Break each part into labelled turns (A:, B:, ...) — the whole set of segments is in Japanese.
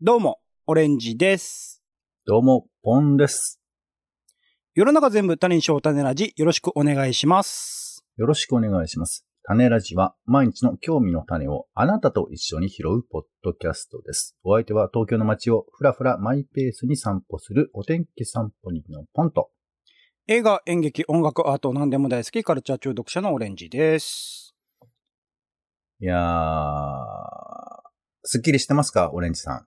A: どうも、オレンジです。
B: どうも、ポンです。
A: 世の中全部種にしよう種ラジ、よろしくお願いします。
B: よろしくお願いします。種ラジは毎日の興味の種をあなたと一緒に拾うポッドキャストです。お相手は東京の街をふらふらマイペースに散歩するお天気散歩人のポンと。
A: 映画、演劇、音楽、アート、何でも大好き、カルチャー中毒者のオレンジです。
B: いやー、すっきりしてますかオレンジさん。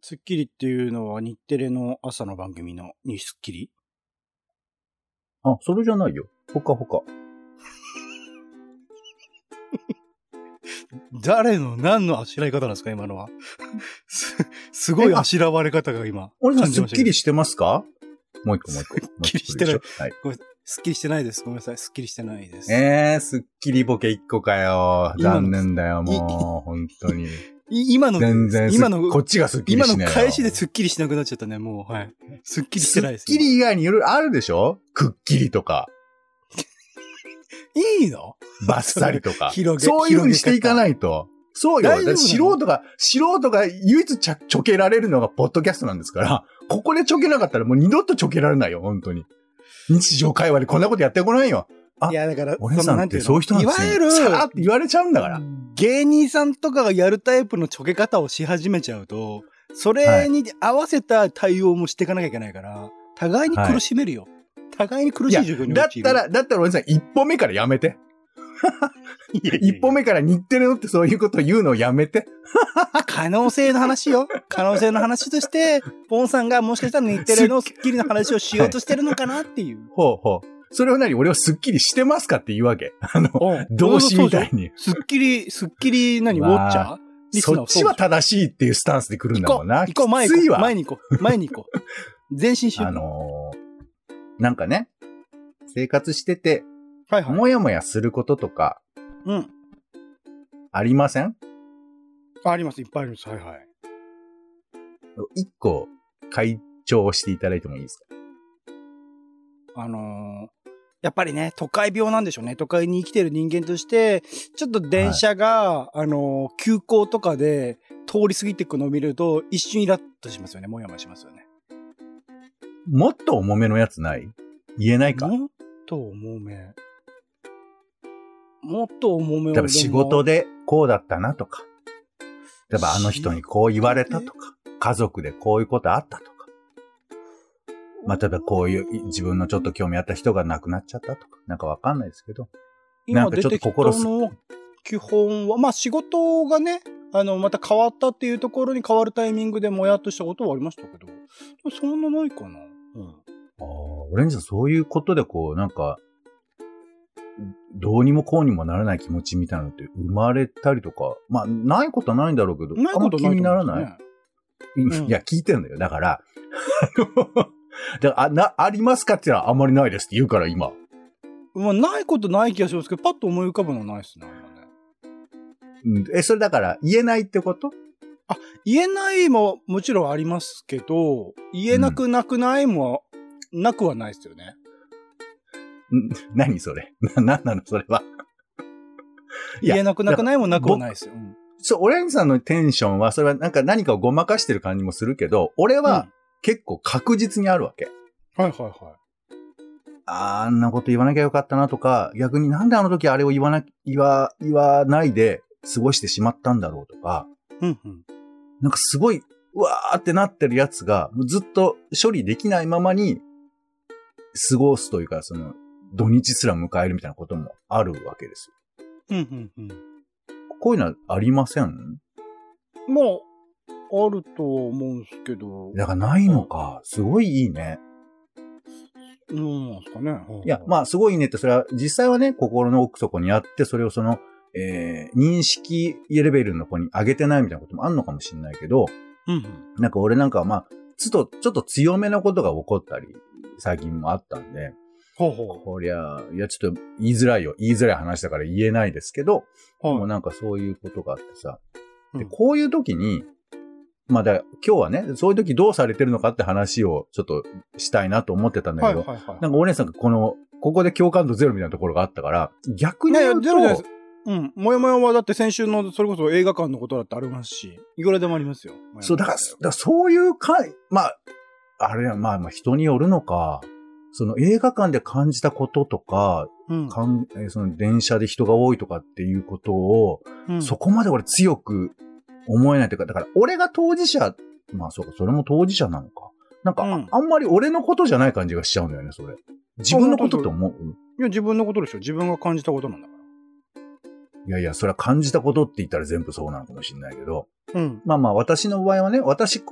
A: スッキリっていうのは日テレの朝の番組のにスッキリ
B: あ、それじゃないよ。ほかほか。
A: 誰の何のあしらい方なんですか、今のは。 す、す
B: ごいあ
A: しらわれ方が今。
B: 俺さん、すっきりしてますかもう一個もう一個。
A: っきりしてない
B: もう一個でょ。はい
A: すっきりしてないです。ごめんなさい。すっきりしてないです。
B: えー、すっきりボケ一個かよ。
A: 今の
B: 残念だよ、もう。本当に。
A: い今の、
B: 全然すっ、
A: 今の、
B: こっちがすっきり
A: 今
B: しない
A: の返しですっきりしなくなっちゃったね、もう。はい。すっきりしてないです。
B: っきり以外にいろいろあるでしょくっきりとか、
A: いいの
B: バッサリとか。
A: 広げ
B: そういう風にしていかないと。そうよ。だっ
A: 大
B: て
A: 丈夫なの
B: 素人が、素人が唯一ちゃ、ちょけられるのがポッドキャストなんですから、ここでちょけなかったらもう二度とちょけられないよ、本当に。日常会話でこんなことやってこないよ。あ
A: いや、だから、
B: 俺さんって
A: そ
B: そう
A: の
B: いう人なんですね。
A: いわゆる、
B: さらって言われちゃうんだから。
A: 芸人さんとかがやるタイプのちょけ方をし始めちゃうと、それに合わせた対応もしていかなきゃいけないから、互いに苦しめるよ。互いに苦
B: い
A: し
B: や
A: い状況に
B: だっ
A: 陥る。
B: た、ら、だったら俺さん一歩目からやめて。一歩
A: 目。
B: 目から日テレのってそういうこと言うのをやめて。
A: 可能性の話よ。可能性の話として、ポンさんがもしかしたら日テレのスッキリの話をしようとしてるのかなって いう。
B: ほうほう。それを何俺はスッキリしてますかって言 うわけ。あの、動詞みたいに。
A: スッキリ、スッキリ、何、ウォッチャーリスナー
B: そっちは
A: そう
B: 正しいっていうスタンスで来るんだもんな。
A: 行こう、前
B: きつい
A: 行こう。
B: わ
A: 前に行こ う。前に行こう。前進しよう。
B: あのーなんかね、生活してて、
A: はいはい。
B: もやもやすることとか、
A: うん。
B: ありません
A: あります、いっぱいあります。はいはい。
B: 一個、解消していただいてもいいですか
A: あのーやっぱりね、都会病なんでしょうね。都会に生きてる人間として、ちょっと電車が、あのー急行とかで通り過ぎていくのを見ると、一瞬イラッとしますよね。もやもやしますよね。
B: もっと重めのやつない言えないか
A: もっと重め。もっと重めを
B: 例えば仕事
A: で
B: でこうだったなとか、例えばあの人にこう言われたとか、家族でこういうことあったとか、
A: も、
B: まあ、例えばこういう自分のちょっと興味あった人が亡くなっちゃったとか、なんかわかんないですけど、
A: 今
B: なんか
A: 出
B: ちょってと
A: きた
B: 心す
A: の基本は、まあ仕事がね、あの、また変わったっていうところに変わるタイミングでもやっとしたことはありましたけど、そんなないかな。うん。
B: ああ、オレンジさんそういうことでこう、なんか、どうにもこうにもならない気持ちみたいなのって生まれたりとか、まあ、ないことはないんだろうけど、
A: ないこと
B: あん
A: な
B: ま
A: いと思う
B: 気
A: んですよね
B: にならない、
A: うん
B: いや、聞いてんだよ。だから、 あのだからあ、な、ありますかって言ったらあんまりないですって言うから今。
A: まあ、ないことない気がしますけど、パッと思い浮かぶのはないですね。今ね
B: うんえ、それだから言えないってこと
A: 言えないももちろんありますけど、言えなくなくないも、なくはないですよね。
B: ん何それ な、なんなのそれは。いや
A: 言えなくなくないもなくはないですよ。うん
B: そう、オレンジさんのテンションは、それはなんか何かをごまかしてる感じもするけど、俺は結構確実にあるわけ。
A: うんはいはいは
B: あんなこと言わなきゃよかったなとか、逆になんであの時あれを言わな、言わ、言わないで過ごしてしまったんだろうとか、
A: い。うんうん。
B: なんかすごい、うわーってなってるやつが、もうずっと処理できないままに、過ごすというか、その、土日すら迎えるみたいなこともあるわけですよ。
A: うんうんうん。
B: こういうのはありません
A: まあ、あるとは思うんですけど。
B: だからないのか。すごいいいね。
A: うん、なんですかね。
B: いや、まあ、すごいねって、それは、実際はね、心の奥底にあって、それをその、えー、認識レベルの子に上げてないみたいなこともあんのかもしれないけど、
A: あ、うんうん。
B: なんか俺なんかはまあ、ちょっと、ちょっと強めなことが起こったり、最近もあったんで、
A: ほうほ
B: こりゃ、いや、ちょっと言いづらいよ。言いづらい話だから言えないですけど、
A: う。はい
B: もうなんかそういうことがあってさ、で
A: うん
B: こういう時に、まあだ、今日はね、そういう時どうされてるのかって話をちょっとしたいなと思ってたんだ
A: は
B: け
A: い
B: ど、
A: はいはい。
B: なんかお姉さんがこの、ここで共感度ゼロみたいなところがあったから、逆に
A: いやい
B: 言
A: や、
B: うと、
A: ゼロじゃないです。うん。もやもやはだって先週のそれこそ映画館のことだってありますし、いくらでもありますよ。
B: そう、だから、だからそういう回、まあ、あれはまあ、まあ人によるのか、その映画館で感じたこととか、
A: うん。
B: かんえーその電車で人が多いとかっていうことを、
A: うん
B: そこまで俺強く思えないというか、だから俺が当事者、まあそうか、それも当事者なのか。なんか、
A: うん
B: あんまり俺のことじゃない感じがしちゃうんだよね、それ。自分のことと思う
A: いや、自分のことでしょ。自分が感じたことなんだか
B: いやいや、それは感じたことって言ったら全部そうなのかもしれないけど。
A: ら。うん。
B: まあまあ、私の場合はね、私、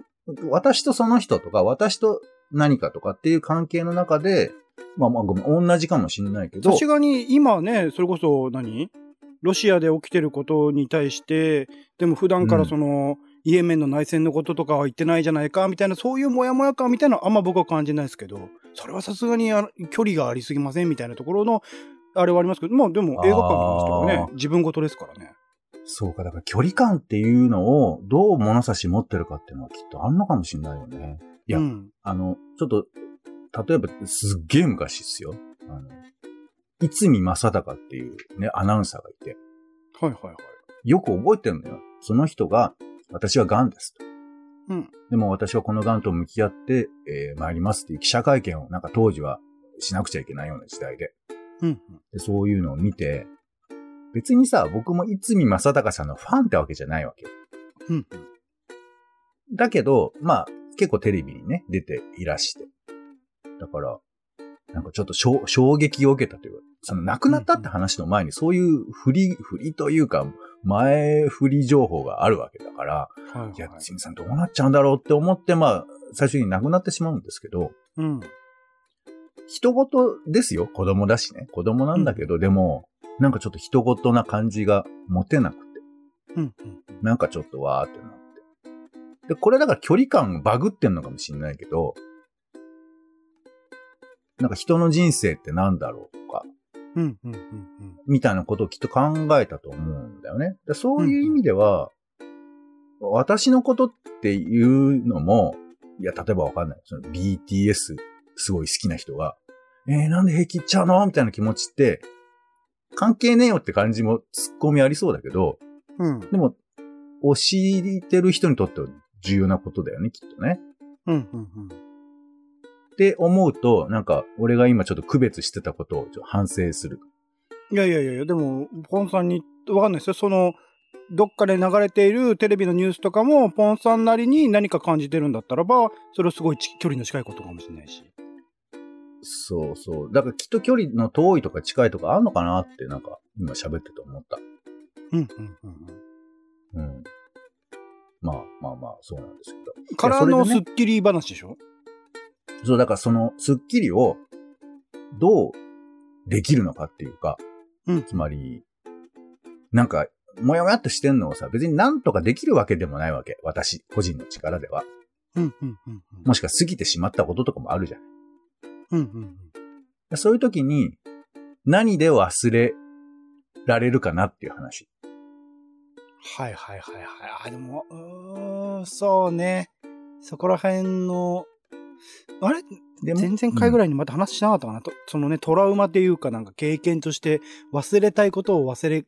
B: 私とその人とか、私と何かとかっていう関係の中で、まあまあ、ごめん、同じかもしれないけど
A: さ、しがに今ね、それこそ何ロシアで起きてることに対して、でも普段か
B: う
A: ら
B: ん
A: その、イエメンの内戦のこととかは言ってないじゃないか、みたいな、そういうモヤモヤ感みたいなのはあんま僕は感じないですけど、それはさすがにあの距離がありすぎませんみたいなところの、あれはありますけど、まあでも映画館の話とかね
B: あ、
A: 自分事ですからね。
B: そうか、だから距離感っていうのをどう物差し持ってるかっていうのはきっとあんのかもしれないよね。いや
A: うん。
B: あの、ちょっと、例えばすっげえ昔っすよ。あの、いつみまさたかっていうね、アナウンサーがいて、
A: はいはいはい。
B: よく覚えてるのよ。その人が、私は癌ですと。
A: うん。
B: でも私はこの癌と向き合って、えー参りますっていう記者会見をなんか当時はしなくちゃいけないような時代で。
A: うん。
B: でそういうのを見て、別にさ、僕もいつみまさたかさんのファンってわけじゃないわけよ。
A: うん。
B: だけど、まあ、結構テレビにね、出ていらして。だから、なんかちょっと衝衝撃を受けたというか、その亡くなったって話の前にそういう振り、振りというか、前振り情報があるわけだから、
A: はいはい
B: いや、つみさんどうなっちゃうんだろうって思って、まあ、最終的に亡くなってしまうんですけど、
A: うん。
B: 人事ですよ。子供だしね。子供なんだけど、でも、なんかちょっと人事な感じが持てなくて、
A: うん。
B: なんかちょっとわーってなって。で、これだから距離感バグってんのかもしれないけど、なんか人の人生ってなんだろうとか、
A: うん。うん。うん。
B: みたいなことをきっと考えたと思うんだよね。でそういう意味では、私のことっていうのも、いや、例えばわかんない。その BTS すごい好きな人が、えー、なんで平気っちゃうのみたいな気持ちって、関係ねえよって感じも突っ込みありそうだけど、
A: うん。
B: でも、教えてる人にとっては重要なことだよね、きっとね。
A: うん。うん。
B: って思うと、なんか、俺が今ちょっと区別してたことをちょっと反省する。
A: いやいやいやいや、でも、ポンさんに、わかんないですよ。その、どっかで流れているテレビのニュースとかも、ポンさんなりに何か感じてるんだったらば、それはすごいち距離の近いことかもしれないし。
B: そうそう。だからきっと距離の遠いとか近いとかあんのかなって、なんか、今喋ってて思った。
A: うんうんうん
B: うん。まあまあまあ、そうなんですけ
A: うん。からのスッキリ話でしょ
B: ど。そう、だからその、スッキリを、どうできるのかっていうか、
A: うん
B: つまり、なんか、もやもやっとしてんのをさ、別になんとかできるわけでもないわけ。私、個人の力では。
A: うんうんうんうん。
B: もしか過ぎてしまったこととかもあるじゃん。
A: うんうん
B: そういう時に、何で忘れられるかなっていう話。
A: はいはいはいはい。あ、でも、うーん、そうね。そこら辺の、あれ
B: で
A: 前々回ぐらいにまた話しなかったかな、とそのねトラウマっていうかなんか経験として忘れたいことを忘れ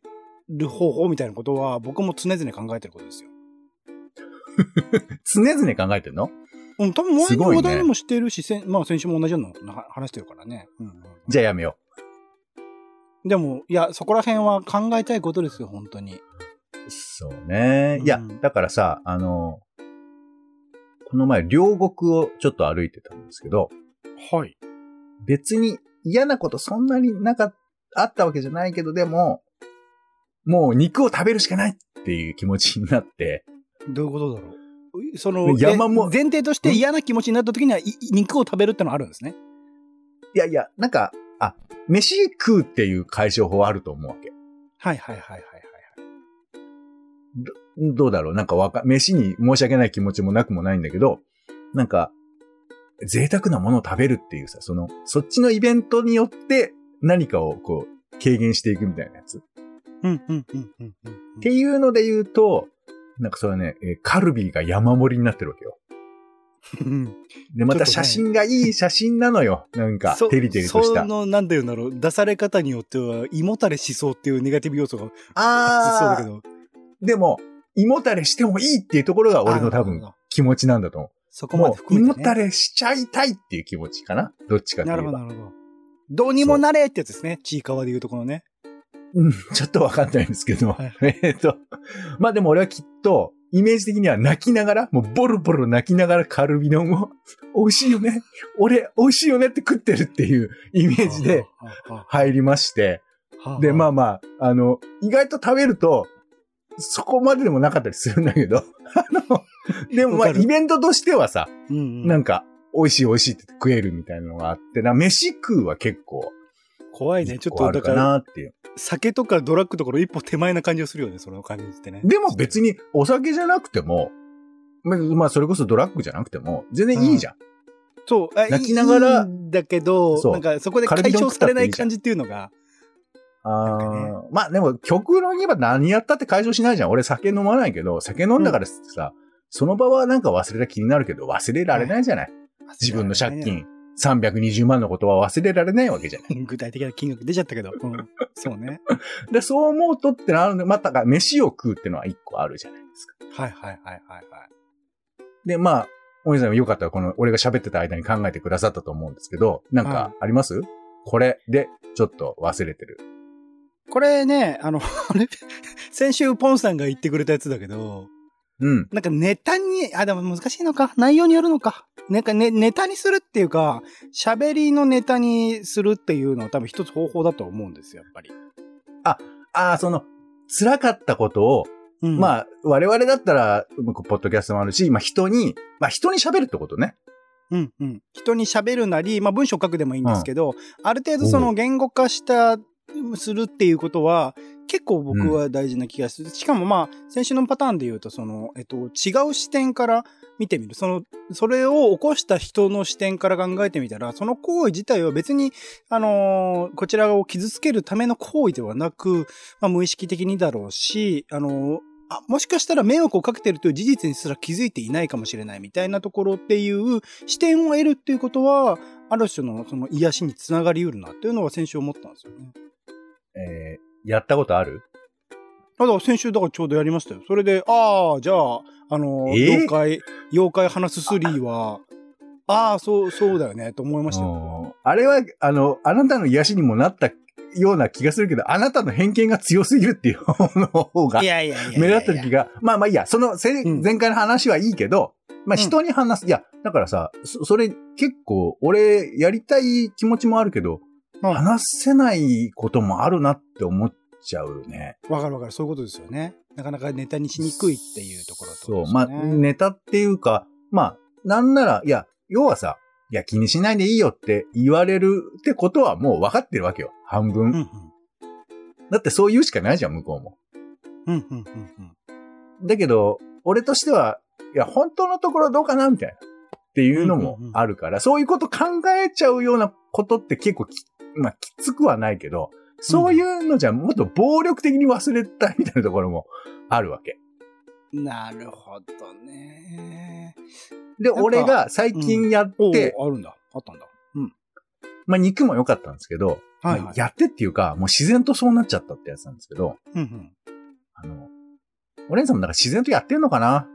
A: る方法みたいなことは僕も常々考えてることですよ。
B: うん常々考えてるの
A: うん、多分前
B: す
A: の
B: ごいね
A: 話題にもしてるし、せんまあ先週も同じようなは話してるからね。うんうん
B: じゃあやめよ
A: でも、いや、そこら辺は考えたいことですよ、本当に。
B: う。そうね。いや、
A: うん
B: だからさ、あの、この前、両国をちょっと歩いてたんですけど、
A: はい。
B: 別に嫌なことそんなになかっあったわけじゃないけど、でも、もう肉を食べるしかないっていう気持ちになって、
A: どういうことだろう。その、
B: 山も
A: で前提として嫌な気持ちになった時にはい、肉を食べるってのはあるんですね。
B: いやいや、なんか、あ、飯食うっていう解消法あると思うわけ。
A: はいはいはいはいはい。
B: どうだろうなんかわか、飯に申し訳ない気持ちもなくもないんだけど、なんか、贅沢なものを食べるっていうさ、その、そっちのイベントによって何かをこう、軽減していくみたいなやつ。っ
A: うんうんうんうんうんうん。
B: ていうので言うと、なんかそれはね、えーカルビーが山盛りになってるわけよ。で、また写真がい い写真なのよ。なんか、
A: そ
B: テリテリとした
A: そ。の、なんだよなろう、出され方によっては、胃もたれしそうっていうネガティブ要素が強そうだ
B: あ
A: け
B: ー、
A: ど。
B: でも、胃もたれしてもいいっていうところが俺の多分
A: あー。
B: 気持ちなんだと思う。
A: そこまで含め
B: も
A: て、
B: う
A: ね。
B: 胃もたれしちゃいたいっていう気持ちかな。どっちかってい
A: な
B: う
A: る
B: と
A: ほど、なるほど。どうにもなれってやつですね。ちいかわで言うとこのね。
B: うん、ちょっとわかんないんですけど、
A: はい
B: えっと、まあでも俺はきっと、イメージ的には泣きながら、もうボロボロ泣きながらカルビ丼を、美味しいよね俺、美味しいよねって食ってるっていうイメージで
A: はあ。は
B: 入りまして、
A: あはあ
B: で、まあ
A: は
B: まあ、あの、意外と食べると、そこまででもなかったりするんだけど、あ の、でもまあ、
A: わかる
B: イベントとしてはさ、
A: あ、うんうん、
B: なんか、美味しい美味しいって食えるみたいなのがあって、な、飯食うは結構、
A: 怖いね。ちょっと、
B: ある
A: だ
B: か
A: から、
B: なっていう。
A: 酒とかドラッグところ一歩手前な感じがするよね、その感じってね。
B: でも別にお酒じゃなくても、ままあそれこそドラッグじゃなくても、全然いいじゃん。
A: そう、あ
B: 泣きながら
A: いいんだけど、
B: そう
A: なんかそこで
B: カルビ
A: 解消
B: 丼
A: されない
B: 食ったっ
A: 感じっていうのが、
B: あ
A: なん
B: ー
A: か
B: まあでも極論言えば何やったって解消しないじゃん。俺酒飲まないけど、酒飲んだからっつってさ、その場はなんか忘れた気になるけど、忘れられないじゃない。自分の借金320万のことは忘れられないわけじゃない。
A: 金。 具体的な金額出ちゃったけど、うん、そうね。
B: で、そう思うとってなるの、またが飯を食うってのは一個あるじゃないですか。
A: はいはいはいはいはい。
B: で、まあ、おじさんよかったらこの俺が喋ってた間に考えてくださったと思うんですけど、なんかあります、これでちょっと忘れてる。
A: これね、あの、 あれ先週ポンさんが言ってくれたやつだけど、
B: うん。
A: なんかネタに、あ、でも難しいのか。内容によるのか。なんかね、ネタにするっていうか、喋りのネタにするっていうのは多分一つ方法だと思うんですよ、やっぱり。
B: ああ、その、辛かったことを、
A: うん
B: まあ、我々だったら、ポッドキャストもあるし、まあ人に、まあ人に喋るってことね。
A: うんうん、人に喋るなり、まあ、文章書くでもいいんですけど、ある程度その言語化したするっていうことは結構僕は大事な気がする、しかもまあ先週のパターンで言うとその、えっと、違う視点から見てみるそのそれを起こした人の視点から考えてみたらその行為自体は別に、あのーこちらを傷つけるための行為ではなく、まあ、無意識的にだろうし、あのーあもしかしたら迷惑をかけてるという事実にすら気づいていないかもしれないみたいなところっていう視点を得るっていうことは、ある種のその癒しにつながりうるなっていうのは先週思ったんですよね。
B: えー、やったことある
A: ただ先週だからちょうどやりましたよ。それで、ああ、じゃあ、あの、
B: えー
A: 妖怪、妖怪話すスリーは、ああ、そう、そうだよね、と思いましたよ。
B: うんあれは、あの、あなたの癒しにもなったような気がするけど、あなたの偏見が強すぎるっていう方が、
A: やいやいやいや
B: 目立った時が、まあまあいいや、そのせ
A: うん
B: 前回の話はいいけど、まあ人に話す、いや、だからさ、そそれ結構、俺、やりたい気持ちもあるけど、
A: うん
B: 話せないこともあるなって思っちゃうよね。
A: わかるわかる、そういうことですよね。なかなかネタにしにくいっていうところと、
B: そう、まあ、ネタっていうか、まあ、なんなら、いや、要はさ、いや、気にしないでいいよって言われるってことはもう分かってるわけよ。半分。
A: うんうん。
B: だってそう言うしかないじゃん、向こうも。
A: うんうんうんうん。
B: だけど、俺としては、いや、本当のところどうかなみたいな。っていうのも
A: うんうんうん
B: あるから、そういうこと考えちゃうようなことって結構き、まあ、きつくはないけど、そういうのじゃもっと暴力的に忘れたいみたいなところもあるわけ。
A: なるほどね。
B: で、
A: なんか
B: 俺が最近やって、
A: おお、あるんだ。あったんだ。
B: まあ、肉も良かったんですけど、
A: はい、
B: ま
A: は
B: あ
A: い。
B: やってっていうか、もう自然とそうなっちゃったってやつなんですけど、
A: うんうん。
B: あの、オレンさんもなんか自然とやってんのかな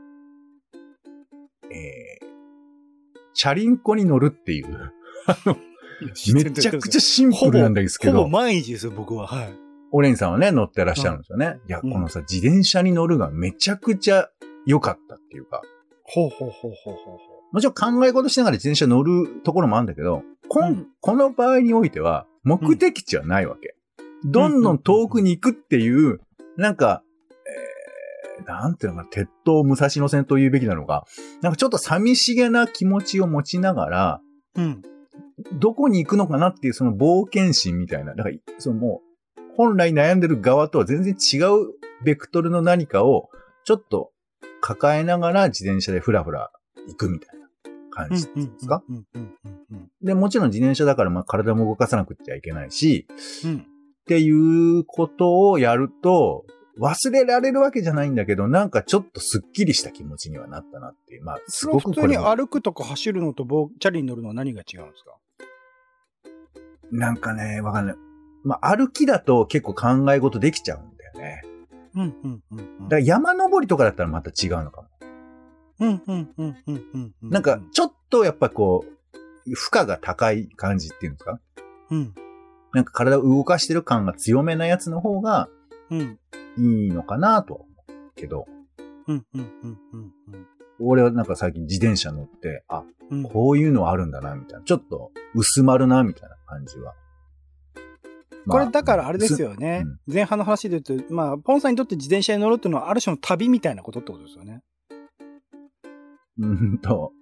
B: えー、チャリンコに乗るっていう、めちゃくちゃシンプルなんですけ
A: ほぼ
B: ど、
A: 毎日ですよ、僕は。はい。
B: オレンさんはね、乗ってらっしゃるんですよね。いや、このさ、自転車に乗るがめちゃくちゃ良かったっていうか、
A: ほうほうほうほうほうほ
B: もちろん考え事しながら自転車乗るところもあるんだけど、こん
A: うん
B: この場合においては、目的地はないわけ。どんどん遠くに行くっていう、なんか、えー、なんていうのか、鉄塔武蔵野線というべきなのか、なんかちょっと寂しげな気持ちを持ちながら、
A: う。うん。
B: どこに行くのかなっていうその冒険心みたいな、だから、そのもう、本来悩んでる側とは全然違うベクトルの何かを、ちょっと抱えながら自転車でふらふら行くみたいな感じ
A: うん。
B: ですか
A: うんうんうんうん
B: で、もちろん自転車だから、まあ、体も動かさなくちゃいけないし、
A: うん。
B: っていうことをやると、忘れられるわけじゃないんだけど、なんかちょっとスッキリした気持ちにはなったなっていう。まあ、
A: そ
B: す
A: れは
B: ご
A: 普
B: く
A: 通
B: こ
A: に
B: れも、
A: 歩くとか走るのとボーチャリに乗るのは何が違うんですか
B: なんかね、わかんない。まあ、歩きだと結構考え事できちゃうんだよね。
A: うんうんうんうん
B: だから山登りとかだったらまた違うのかも。
A: うんうんうんうんうんう
B: なんか、ちょっとやっぱこう、負荷が高い感じっていうんですか
A: うん
B: なんか体を動かしてる感が強めなやつの方が
A: うん
B: いいのかなとは思うけど、
A: うんうんうんうんうん
B: 俺はなんか最近自転車乗って、あ、
A: うん
B: こういうのあるんだな、みたいな。ちょっと薄まるな、みたいな感じは。ま
A: こ
B: あ
A: れだからあれです。よね。前半の話で言うと、まあ、ポンさんにとって自転車に乗るっていうのはある種の旅みたいなことってことですよね。
B: 薄うんと、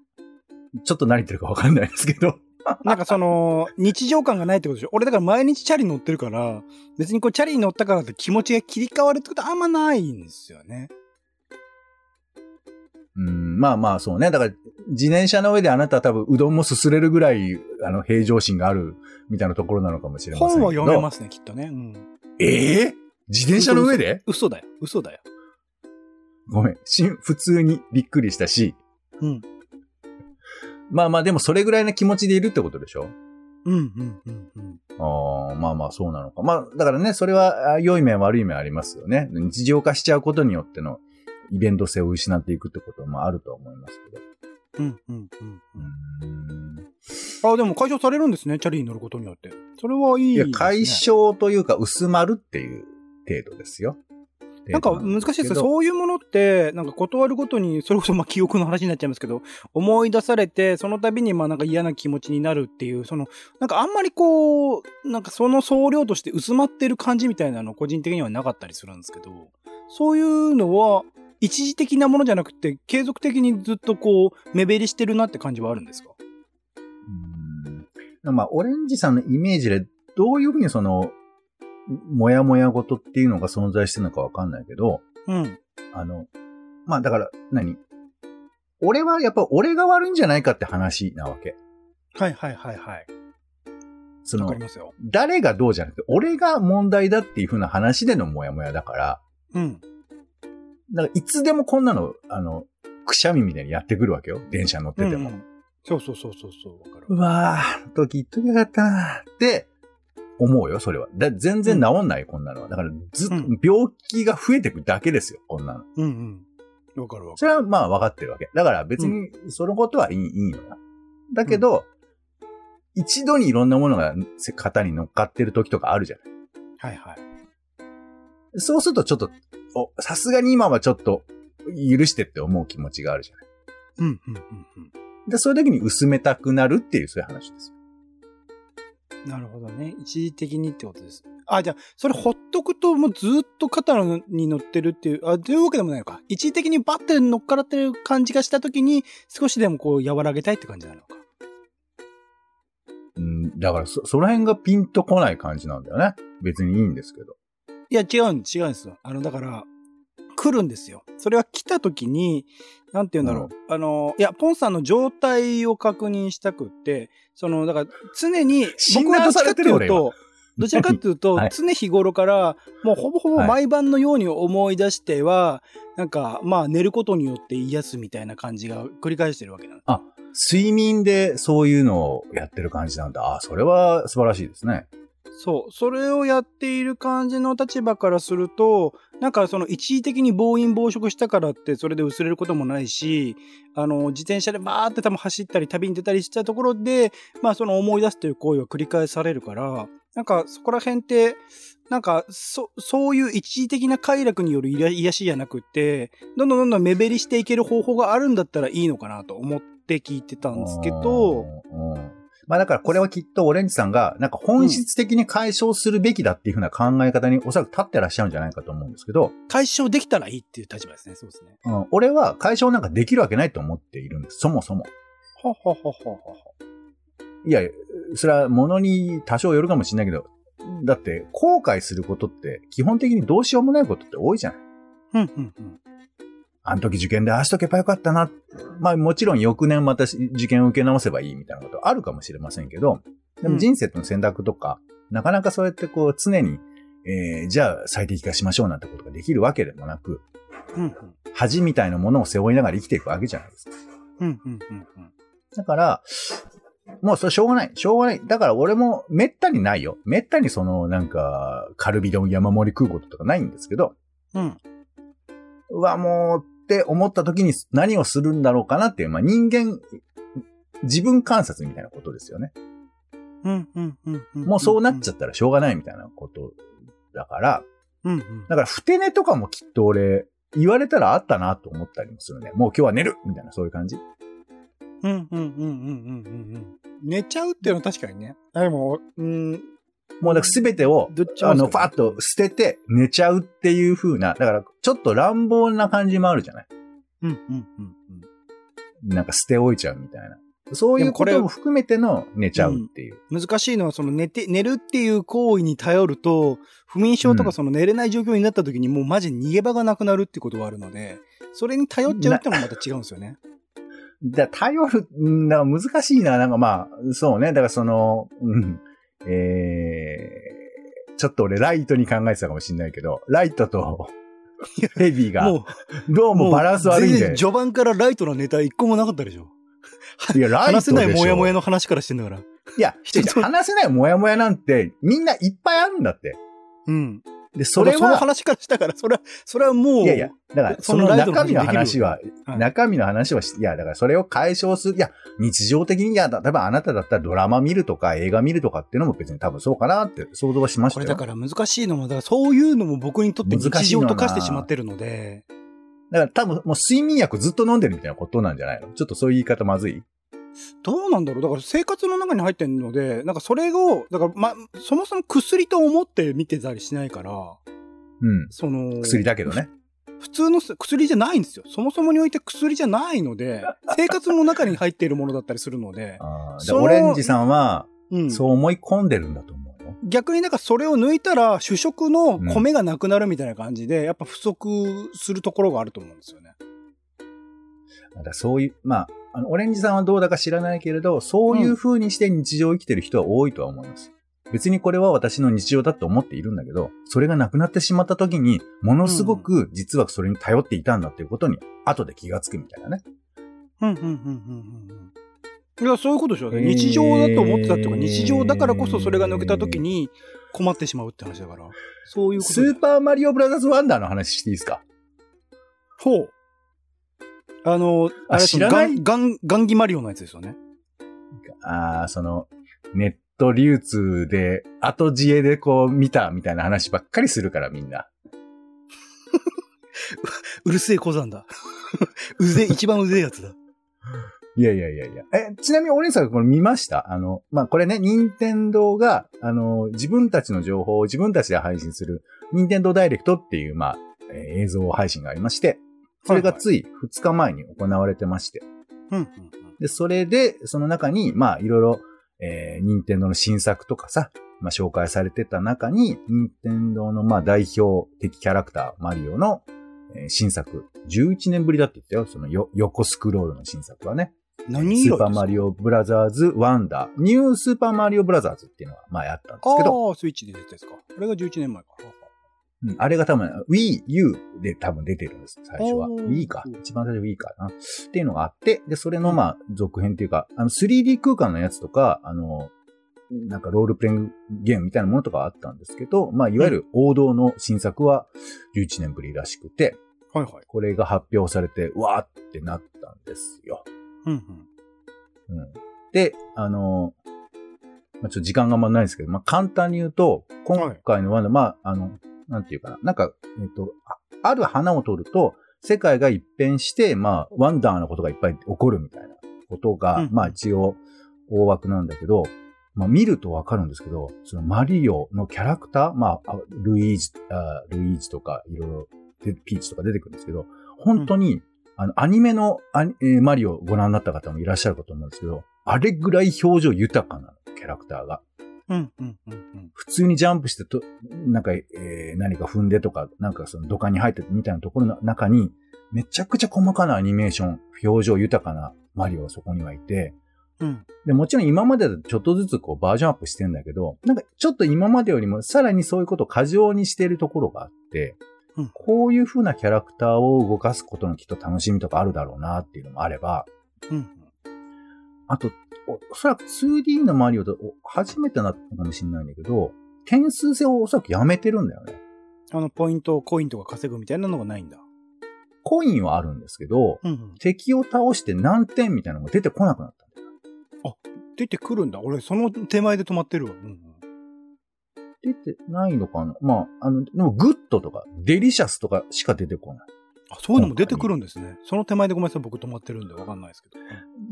B: ちょっと何言ってるかわかんないですけど。
A: なんかその、日常感がないってことでしょ。俺だから毎日チャリ乗ってるから、別にこうチャリに乗ったからって気持ちが切り替わるってことはあんまないんですよね。
B: うん、まあまあそうね。だから、自転車の上であなたは多分うどんもすすれるぐらい、あの、平常心がある、みたいなところなのかもしれませんけ
A: 本
B: ど。。
A: は読めますすね、きっとね。うん。
B: ええ自転車の上で
A: 嘘だよ、嘘だよ。
B: ごめん。し普通にびっくりしたし。
A: うん。
B: まあまあ、でもそれぐらいの気持ちでいるってことでしょ
A: うんうんうんうん。
B: ああ、まあまあそうなのか。まあ、だからね、それはあ良い面悪い面ありますよね。日常化しちゃうことによってのイベント性を失っていくってこともあるとは思いますけど。
A: うんうんうん
B: う
A: う
B: ー
A: ん。あ、でも解消されるんですね、チャリに乗ることによって。それはい
B: ん
A: い、
B: い
A: です
B: や
A: ね、、
B: 解消というか薄まるっていう程度ですよ。
A: なんか難しいですね。
B: う。
A: そういうものって、なんか断るごとに、それこそまあ 記憶の話になっちゃいますけど、思い出されて、その度にまあなんか嫌な気持ちになるっていう、その、なんかあんまりこう、なんかその総量として薄まってる感じみたいなの個人的にはなかったりするんですけど、そういうのは一時的なものじゃなくて、継続的にずっとこう、目減りしてるなって感じはあるんですか
B: うーんまあ、オレンジさんのイメージで、どういうふうにその、もやもやごとっていうのが存在してるのかわかんないけど、
A: うん。
B: あの、まあだから何、俺はやっぱ俺が悪いんじゃないかって話なわけ。
A: はいはいはいはい。
B: そ
A: わ
B: の
A: かり、ますよ。
B: 誰がどうじゃなくて、俺が問題だっていう風な話でのモヤモヤだから、
A: うん。
B: だからいつでもこんなの、あの、くしゃみみたいにやってくるわけよ。電車乗ってても。
A: う
B: うん
A: うんそうそうそうそうそう、わかる。
B: わー、あの時言っときゃよかったなーって思うよ、それは。だ全然治んない、こんなのは。だからずっと
A: うん
B: 病気が増えてくだけですよ、こんなの。
A: うんうん。わかるわかる
B: それはまあ分かってるわけ。だから別にそのことはいい,、いいのよ。だけど、一度にいろんなものがせ肩に乗っかってる時とかあるじゃな
A: は
B: い。
A: いはい。
B: そうするとちょっと、おさすがに今はちょっと許してって思う気持ちがあるじゃない。
A: うんうんうんうん。
B: で、そういう時に薄めたくなるっていうそういう話ですよ。
A: なるほどね。一時的にってことです。あ、じゃあ、それほっとくと、もうずっと肩に乗ってるっていう、あ、というわけでもないのか。一時的にバッて乗っからってる感じがしたときに、少しでもこう、和らげたいって感じなのか。
B: うん、だからそ、その辺がピンとこない感じなんだよね。別にいいんですけど。
A: いや、違うん、違うんですよ。あの、だから、来るんですよ。それは来た時に、なんて言うんだろう。あの、いや、ポンさんの状態を確認したくって、その、だから、常に、
B: 診断されてる
A: 僕はどっちかっていうと、どちらかというと、
B: はい
A: 常日頃から、もうほぼほぼ
B: はい
A: 毎晩のように思い出しては、なんか、まあ、寝ることによって癒すみたいな感じが繰り返してるわけなんです。
B: 睡眠でそういうのをやってる感じなんだ。あ、それは素晴らしいですね。
A: そう。それをやっている感じの立場からすると、なんかその一時的に暴飲暴食したからってそれで薄れることもないし、あの、自転車でバーって多分走ったり旅に出たりしたところで、まあその思い出すという行為は繰り返されるから、なんかそこら辺って、なんかそ、そういう一時的な快楽による癒癒しじゃなくて、どんどんどんどん目減りしていける方法があるんだったらいいのかなと思って聞いてたんですけど、
B: うん。うんまあだからこれはきっとオレンジさんが、なんか本質的に解消するべきだっていうふうな考え方におそらく立ってらっしゃるんじゃないかと思うんですけど、
A: 解消できたらいいっていう立場ですね。そうですね。
B: うん、俺は解消なんかできるわけないと思っているんです。そもそも。
A: ははははは。
B: いや、それは物に多少よるかもしれないけど、だって後悔することって基本的にどうしようもないことって多いじゃない。
A: うんうんうん。
B: あの時受験でああしとけばよかったな。まあもちろん翌年また受験を受け直せばいいみたいなことあるかもしれませんけど、でも人生の選択とか、なかなかそうやってこう常に、ええーじゃあ最適化しましょうなんてことができるわけでもなく、
A: うん
B: 恥みたいなものを背負いながら生きていくわけじゃないですか。
A: うんうんうんうん
B: だから、もうそれしょうがない。しょうがない。だから俺もめったにないよ。めったにそのなんか、カルビ丼山盛り食うこととかないんですけど、
A: うん
B: うわ、もうって思った時に何をするんだろうかなっていう、まあ人間、自分観察みたいなことですよね。
A: うんうんうんうん
B: もうそうなっちゃ
A: っ
B: ったらしょうがないみたいなことだから、
A: たうんうん
B: だから、ふて寝とかもきっと俺、言われたらあったなと思ったりもするね。もう今日は寝るみたいな、そういう感じ。
A: うんうんうんうんうんうんうん寝ちゃうっていうのは確かにねあでもうん
B: もうだから全てを、
A: どっちも
B: あの、
A: そう
B: ファッと捨てて寝ちゃうっていう風な、だから、ちょっと乱暴な感じもあるじゃない
A: うんうんうんうん
B: なんか捨て置いちゃうみたいな。そうい
A: でも
B: う
A: こ
B: こ
A: れ
B: とも含めての寝ちゃうっていう。
A: 難しいのは、その寝て、寝るっていう行為に頼ると、不眠症と
B: う
A: か
B: ん
A: その寝れない状況になった時にもうマジ逃げ場がなくなるってことがあるので、それに頼っちゃうってのもまた違うんですよね。
B: だから頼る、うんだから難しいな。なんかまあ、そうね。だからその、うん、えー、ちょっと俺ライトに考えてたかもしれないけど、ライ トとヘビーが、
A: も
B: どう
A: う、
B: もバランス悪いん
A: 全
B: だよ
A: 然
B: ね
A: 序盤からライトなネタ一個もなかったでしょ。
B: いや、ライトで
A: 話
B: し
A: せ
B: ょ。
A: ないモヤモヤの話からしてんだから。
B: いや、
A: 人と
B: 違う違う話せないモヤモヤなんて、みんないっぱいあるんだって。
A: うん。
B: で、そ
A: それ
B: れ
A: その
B: は、
A: 話からしたから、それは、それはもう、
B: いやいや、だから、
A: そ
B: そ
A: の
B: の
A: ライトの
B: 中
A: 話
B: 身の話は、
A: はい
B: 中身の話はし、いや、だからそれを解消する、いや、日常的に、いや、例えばあなただったらドラマ見るとか映画見るとかっていうのも別に多分そうかなって想像はしまし
A: こ
B: た
A: れ
B: よ。
A: だから難しいのは、だからそういうのも僕にとって
B: 難
A: 日
B: しいの
A: 常
B: は
A: と
B: な
A: 化してしまってるので、
B: だから多分もう睡眠薬ずっと飲んでるみたいなことなんじゃないのちょっとそういう言い方まずい
A: どうなんだろうだから生活の中に入ってるので、なんかそれを、だからま、そもそも薬と思って見てたりしないから、
B: うん。
A: その、
B: 薬だけどね。
A: 普通のす薬じゃないんですよ。そもそもにおいて薬じゃないの で、生活の中に入っているものだったりするので、
B: あーで
A: その
B: オレンジさんは、
A: うん。
B: そう思い込んでるんだと思うよ。
A: 逆になんかそれを抜いたら主食の米がなくなるみたいな感じで、やっぱ不足するところがあると思うんですよね。
B: だからそういう、まあ、あの、オレンジさんはどうだか知らないけれど、そういう風にして日常を生きてる人は多いとは思います。別にこれは私の日常だと思っているんだけど、それがなくなってしまった時に、ものすごく実はそれに頼っていたんだっていうことに、後で気がつくみたいなね。
A: うん、うん、うん、うん、うん。いや、そういうことでしょ。
B: えー
A: 日常だと思ってたっていうか、日常だからこそそれが抜けた時に困ってしまうって話だから。そういうこと
B: ス
A: だよ
B: ーパーマリオブラザーズワンダーの話していいですか
A: ほう。あの、
B: あ
A: あれ
B: 知らな
A: ガ
B: い
A: ン、ガン、ガンギマリオのやつですよね。
B: ああ、その、ネット流通で、後知恵でこう見たみたいな話ばっかりするからみんな。
A: うるせえ小山だ。 うぜえ、一番うぜえやつだ。
B: いやいやいやいや。え、ちなみにオレンジさんこれ見ましたあの、まあ、これね、任天堂が、あの、自分たちの情報を自分たちで配信する、任天堂ダイレクトっていう、まあ、えー映像配信がありまして、それがつい2日前に行われてまして、
A: うん、うん、
B: で、それで、その中に、まあ、いろいろ、えー、任天堂の新作とかさ、まあ、紹介されてた中に、任天堂の、まあ、代表的キャラクター、マリオの、えー新作、11年ぶりだって言ったよ、そのよ、横スクロールの新作はね。
A: うん。何
B: ス
A: 色
B: ーパーマリオブラザーズワンダー、ニュースーパーマリオブラザーズっていうのが前あったんですけど、
A: ああ、スイッチで出たやつか。これが11年前か。
B: うんあれが多分 Wii U で多分出てるんです、最初は。
A: おー
B: Wii か
A: うん。
B: 一番最初 Wii かな。っていうのがあって、で、それのまあ続編っていうか、あの 3D 空間のやつとか、あの、なんかロールプレイングゲームみたいなものとかあったんですけど、まあいわゆる王道の新作は11年ぶりらしくて、
A: はいはい。
B: これが発表されて、うわーってなったんですよ。
A: うん、うん。
B: うんで、あの、まあ、ちょっと時間があんまないんですけど、まあ、簡単に言うと、今回のワンダー、まあ、あの、なんていうかな、なんか、えっと、あある花を取ると、世界が一変して、まあ、ワンダーなことがいっぱい起こるみたいなことが、
A: うん
B: まあ、一応、大枠なんだけど、まあ、見るとわかるんですけど、そのマリオのキャラクター、まあ、あルイージ、あルイージとか、いろいろで、ピーチとか出てくるんですけど、本当に、あの、アニメのアニ、えーマリオをご覧になった方もいらっしゃるかと思うんですけど、あれぐらい表情豊かなのキャラクターが。
A: うん、うん、うん、うん。
B: 普通にジャンプしてと、なんか、えー何か踏んでとか、なんかその土管に入ってみたいなところの中に、めちゃくちゃ細かなアニメーション、表情豊かなマリオがそこにはいて、
A: うん。
B: で、もちろん今までだとちょっとずつこうバージョンアップしてんだけど、なんかちょっと今までよりもさらにそういうことを過剰にしてるところがあって、
A: うん
B: こういう風なキャラクターを動かすことのきっと楽しみとかあるだろうなっていうのもあれば、
A: うん。
B: あと、おおそらく 2D のマリオとお初めてなったかもしれないんだけど、点数制をおそらくやめてるんだよね。
A: あの、ポイント、コインとか稼ぐみたいなのがないんだ。
B: コインはあるんですけど、
A: うんうん。
B: 敵を倒して何点みたいなのが出てこなくなった。
A: 出てくるんだ。俺、その手前で止まってるわ。うんうん。
B: 出てないのかなまあ、あの、でもグッドとか、デリシャスとかしか出てこない。
A: あ、そういうのも出てくるんですね。その手前でごめんなさい、僕止まってるんでわかんないですけど。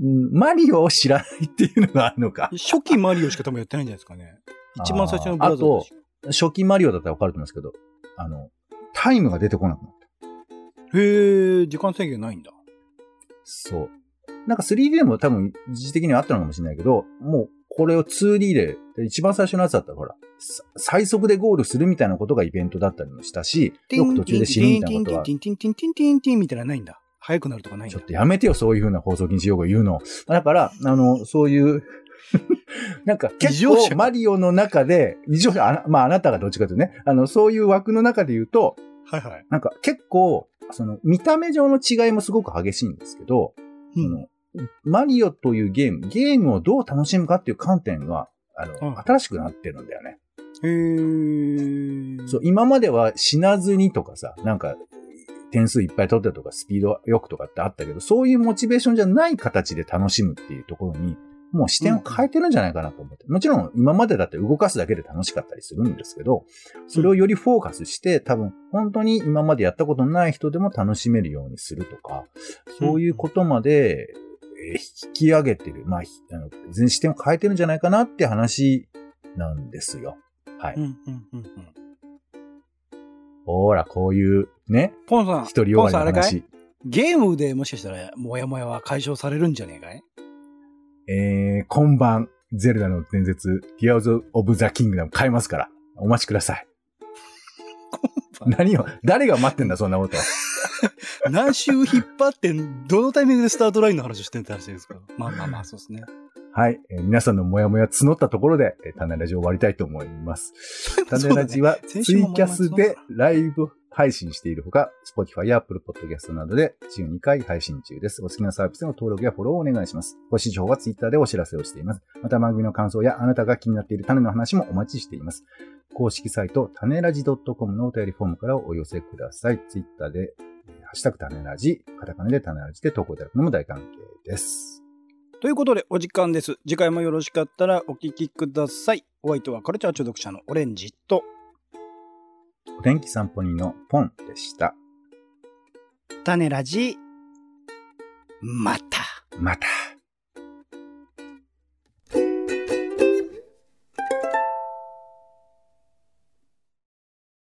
B: うんマリオを知らないっていうのがあるのか。
A: 初期マリオしか多分やってないんじゃないですかね。一番最初のブラザーズでしょ
B: 初期マリオだったらわかると思うんですけど、あの、タイムが出てこなくなった。
A: へえ、時間制限ないんだ。
B: そう。なんか 3D でも多分一時的にはあったのかもしれないけど、もうこれを 2D で、一番最初のやつだったらほら、さ最速でゴールするみたいなことがイベントだったりもしたし、よく途中で死ぬみたいなことは
A: ティンティンティンティンティンティンティンみたいなのないんだ。速くなるとかないん
B: ち
A: だ
B: ょっ。とやめてよ、そういう風な放送禁止用語言うの。だから、あの、そういう、 なんか
A: 異
B: 結
A: 常者
B: 構マリオの中で、異常者、あなまああなたがどっちかというとね、あの、そういう枠の中で言うと、
A: はいはい。
B: なんか結構、その、見た目上の違いもすごく激しいんですけど、
A: う
B: そ
A: ん。
B: のマリオというゲーム、ゲームをどう楽しむかっていう観点が、あの、
A: うん
B: 新しくなってるんだよね。
A: へえ。
B: そう、今までは死なずにとかさ、なんか、点数いっぱい取ってとか、スピードよくとかってあったけど、そういうモチベーションじゃない形で楽しむっていうところに、もう視点を変えてるんじゃないかなと思って。もちろん、今までだって動かすだけで楽しかったりするんですけど、それをよりフォーカスして、多分、本当に今までやったことのない人でも楽しめるようにするとか、そういうことまで、えー引き上げてる。まあ、ひあの全視点を変えてるんじゃないかなって話なんですよ。はい。
A: うんうんうんうん。
B: ほら、こういう、ね、
A: ポンさん、
B: 一人終
A: ポン
B: わり
A: さん
B: の
A: あれかい
B: 話。
A: ゲームでもしかしたら、もやもやは解消されるんじゃねえかい
B: えー、今晩、ゼルダの伝説、ティアーズ・オブ・ザ・キングダム買えますから、お待ちくだ さい。何を、誰が待ってんだ、そんなこと。
A: 何周引っ張ってん、どのタイミングでスタートラインの話をしてんって話ですから。まあまあまあ、そうですね。
B: はい、えー皆さんのモヤモヤ募ったところで、えータネラジを終わりたいと思います。 タネラジはツ
A: 先
B: イ
A: 週
B: キ
A: もモヤモヤ
B: ャ
A: 募っ
B: ス
A: たな
B: でライブ配信しているほか、Spotify や Apple Podcast などで週2回配信中です。お好きなサービスの登録やフォローをお願いします。ご視聴は Twitter でお知らせをしています。また番組の感想やあなたが気になっているタネの話もお待ちしています。公式サイト、タネラジ .com のお便りフォームからお寄せください。Twitter で、えーハッシュタグタネラジ、カタカナでタネラジで投稿いただくのも大歓迎です。
A: ということで、お時間です。次回もよろしかったらお聞きください。お相手はカルチャー中毒者のオレンジと、
B: お天気散歩人のポンでした。
A: 種ラジ、また。
B: また。